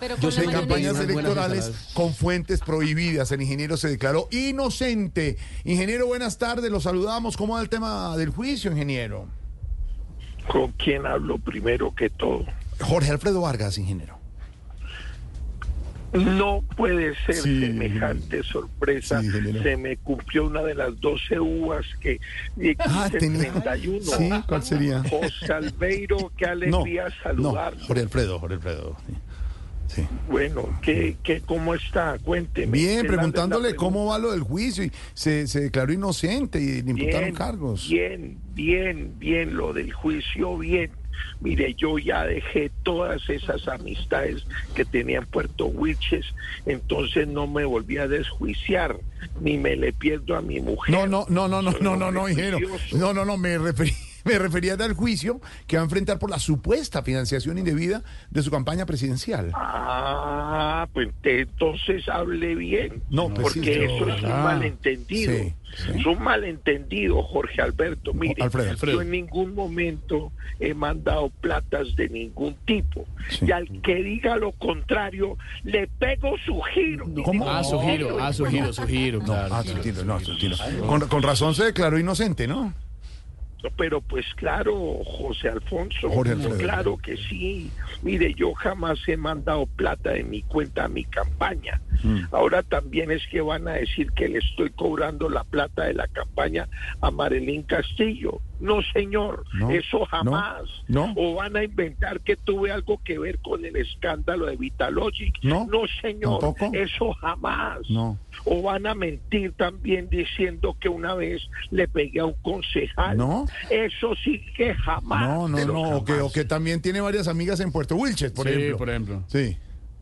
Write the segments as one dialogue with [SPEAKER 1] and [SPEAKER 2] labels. [SPEAKER 1] Pero
[SPEAKER 2] Yo
[SPEAKER 1] con la
[SPEAKER 2] soy
[SPEAKER 1] mayonesa.
[SPEAKER 2] campañas
[SPEAKER 3] Unas buenas
[SPEAKER 2] electorales
[SPEAKER 3] ensaladas.
[SPEAKER 2] con fuentes prohibidas. El ingeniero se declaró inocente. Ingeniero, buenas tardes. Lo saludamos. ¿Cómo va el tema del juicio, ingeniero?
[SPEAKER 4] ¿Con quién hablo primero que todo?
[SPEAKER 2] Jorge Alfredo Vargas, ingeniero.
[SPEAKER 4] No puede ser
[SPEAKER 2] Sí,
[SPEAKER 4] semejante sorpresa.
[SPEAKER 2] Sí, ingeniero.
[SPEAKER 4] Se me cumplió una de las 12 uvas que
[SPEAKER 2] Ah,
[SPEAKER 4] existe
[SPEAKER 2] tenía-
[SPEAKER 4] 31.
[SPEAKER 2] Sí, ¿cuál sería?
[SPEAKER 4] José Albeiro, qué alegría saludarlo.
[SPEAKER 2] Jorge Alfredo, Jorge Alfredo. sí. Sí.
[SPEAKER 4] Bueno, ¿qué, qué, ¿cómo está? Cuénteme. ¿Qué
[SPEAKER 2] Bien,
[SPEAKER 4] la-
[SPEAKER 2] preguntándole
[SPEAKER 4] la
[SPEAKER 2] cómo va lo del juicio. Y se, se declaró inocente y le imputaron cargos.
[SPEAKER 4] Bien, bien, bien, lo del juicio, bien. Mire, yo ya dejé todas esas amistades que tenía en Puerto Huiches, entonces no me volví a desjuiciar, ni me le pierdo a mi mujer.
[SPEAKER 2] No, no, no, no, no,
[SPEAKER 4] Soy
[SPEAKER 2] no, no, no,
[SPEAKER 4] hombre
[SPEAKER 2] ingeniero.
[SPEAKER 4] juicioso.
[SPEAKER 2] No, no, no, me referí- Me refería al juicio que va a enfrentar por la supuesta financiación indebida de su campaña presidencial.
[SPEAKER 4] Ah, pues te- entonces hable bien.
[SPEAKER 2] No, pues sí,
[SPEAKER 4] porque
[SPEAKER 2] yo-
[SPEAKER 4] eso es un
[SPEAKER 2] ah,
[SPEAKER 4] malentendido.
[SPEAKER 2] sí, sí.
[SPEAKER 4] Es un malentendido, Jorge Alberto. Mire,
[SPEAKER 2] Alfredo, Alfredo.
[SPEAKER 4] yo en ningún momento he mandado platas de ningún tipo.
[SPEAKER 2] Sí.
[SPEAKER 4] Y al que diga lo contrario, le pego su giro.
[SPEAKER 2] ¿Cómo?
[SPEAKER 3] Ah, su giro, ah, su giro, su giro,
[SPEAKER 2] No,
[SPEAKER 3] claro.
[SPEAKER 2] ah,
[SPEAKER 3] claro,
[SPEAKER 2] tranquilo,
[SPEAKER 3] su
[SPEAKER 2] no,
[SPEAKER 3] giro.
[SPEAKER 2] tranquilo. Con, con razón se declaró inocente, ¿no?
[SPEAKER 4] Pero pues claro, José Alfonso,
[SPEAKER 2] Jorge Alfredo.
[SPEAKER 4] claro que sí. Mire, yo jamás he mandado plata de mi cuenta a mi campaña. Ahora también es que van a decir que le estoy cobrando la plata de la campaña a Marilyn Castillo. No, señor,
[SPEAKER 2] No,
[SPEAKER 4] eso
[SPEAKER 2] no,
[SPEAKER 4] jamás.
[SPEAKER 2] no.
[SPEAKER 4] O van a inventar que tuve algo que ver con el escándalo de Vitalogic.
[SPEAKER 2] No,
[SPEAKER 4] señor,
[SPEAKER 2] tampoco.
[SPEAKER 4] eso jamás.
[SPEAKER 2] No.
[SPEAKER 4] O van a mentir también diciendo que una vez le pegué a un concejal.
[SPEAKER 2] No.
[SPEAKER 4] Eso sí que jamás.
[SPEAKER 2] No, no,
[SPEAKER 4] Ah, pero
[SPEAKER 2] no. O que,
[SPEAKER 4] jamás.
[SPEAKER 2] o que también tiene varias amigas en Puerto Wilches, por
[SPEAKER 3] Sí,
[SPEAKER 2] ejemplo.
[SPEAKER 3] por ejemplo.
[SPEAKER 2] Sí.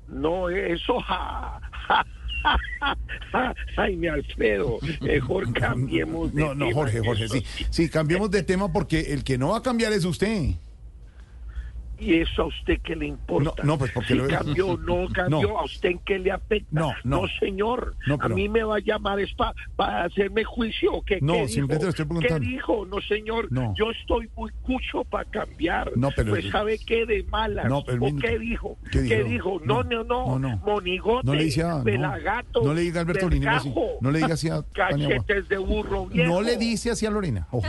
[SPEAKER 4] No, eso ja, ja, ja, ja, ja. Jaime Alfredo, mejor cambiemos de
[SPEAKER 2] No, no,
[SPEAKER 4] tema,
[SPEAKER 2] Jorge,
[SPEAKER 4] que
[SPEAKER 2] Jorge,
[SPEAKER 4] eso
[SPEAKER 2] sí. Sí, cambiemos de tema porque el que no va a cambiar es usted.
[SPEAKER 4] ¿Y eso a usted qué le importa?
[SPEAKER 2] No, no, pues, porque
[SPEAKER 4] si
[SPEAKER 2] lo-
[SPEAKER 4] cambió o no cambió,
[SPEAKER 2] No.
[SPEAKER 4] ¿a usted en qué le afecta?
[SPEAKER 2] No, no.
[SPEAKER 4] señor.
[SPEAKER 2] No, pero-
[SPEAKER 4] ¿A mí me va a llamar es pa- para hacerme juicio o qué?
[SPEAKER 2] No,
[SPEAKER 4] ¿Qué dijo?
[SPEAKER 2] simplemente le estoy preguntando.
[SPEAKER 4] ¿Qué dijo? No, señor.
[SPEAKER 2] No.
[SPEAKER 4] Yo estoy muy cucho para cambiar.
[SPEAKER 2] No, pero-
[SPEAKER 4] Pues, ¿sabe qué de malas?
[SPEAKER 2] No, pero
[SPEAKER 4] ¿O
[SPEAKER 2] mire-
[SPEAKER 4] qué dijo?
[SPEAKER 2] ¿Qué dijo?
[SPEAKER 4] No,
[SPEAKER 2] No,
[SPEAKER 4] no,
[SPEAKER 2] no,
[SPEAKER 4] no.
[SPEAKER 2] no.
[SPEAKER 4] Monigote,
[SPEAKER 2] No le dice a.
[SPEAKER 4] pelagato,
[SPEAKER 2] No, no le diga a Alberto Lina así.
[SPEAKER 4] vergajo,
[SPEAKER 2] No le diga así a Tania Guau.
[SPEAKER 4] Cachetes de burro viejo.
[SPEAKER 2] No le dice así a Lorena. Ojo.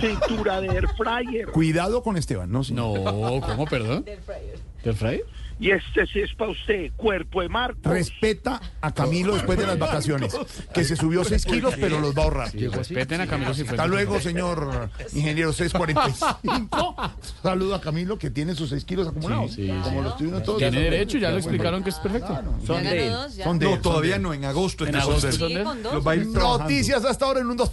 [SPEAKER 4] Cintura de air fryer.
[SPEAKER 2] Cuidado con Esteban, ¿no? señor?
[SPEAKER 3] No, ¿cómo, perdón?
[SPEAKER 1] Del fryer.
[SPEAKER 3] ¿Del Frey?
[SPEAKER 4] Y este sí es para usted, cuerpo de Marco.
[SPEAKER 2] Respeta a Camilo después de las vacaciones, que se subió 6 kilos, pero los va a ahorrar.
[SPEAKER 3] Respeten a Camilo Cifuentes.
[SPEAKER 2] Hasta luego, señor ingeniero 645. Saludo a Camilo, que tiene sus 6 kilos acumulados.
[SPEAKER 3] Sí, sí,
[SPEAKER 2] como los tuvimos todos.
[SPEAKER 3] Tiene derecho, ya lo explicaron que es perfecto.
[SPEAKER 1] Ya ganó dos, ya.
[SPEAKER 2] Son de él,
[SPEAKER 5] No,
[SPEAKER 2] son
[SPEAKER 5] todavía
[SPEAKER 2] de él.
[SPEAKER 5] no, en agosto.
[SPEAKER 3] En
[SPEAKER 5] entonces
[SPEAKER 3] agosto
[SPEAKER 5] él
[SPEAKER 3] son de él.
[SPEAKER 1] Sí, con dos.
[SPEAKER 5] Los va a ir trabajando.
[SPEAKER 2] Noticias hasta ahora en un 2%.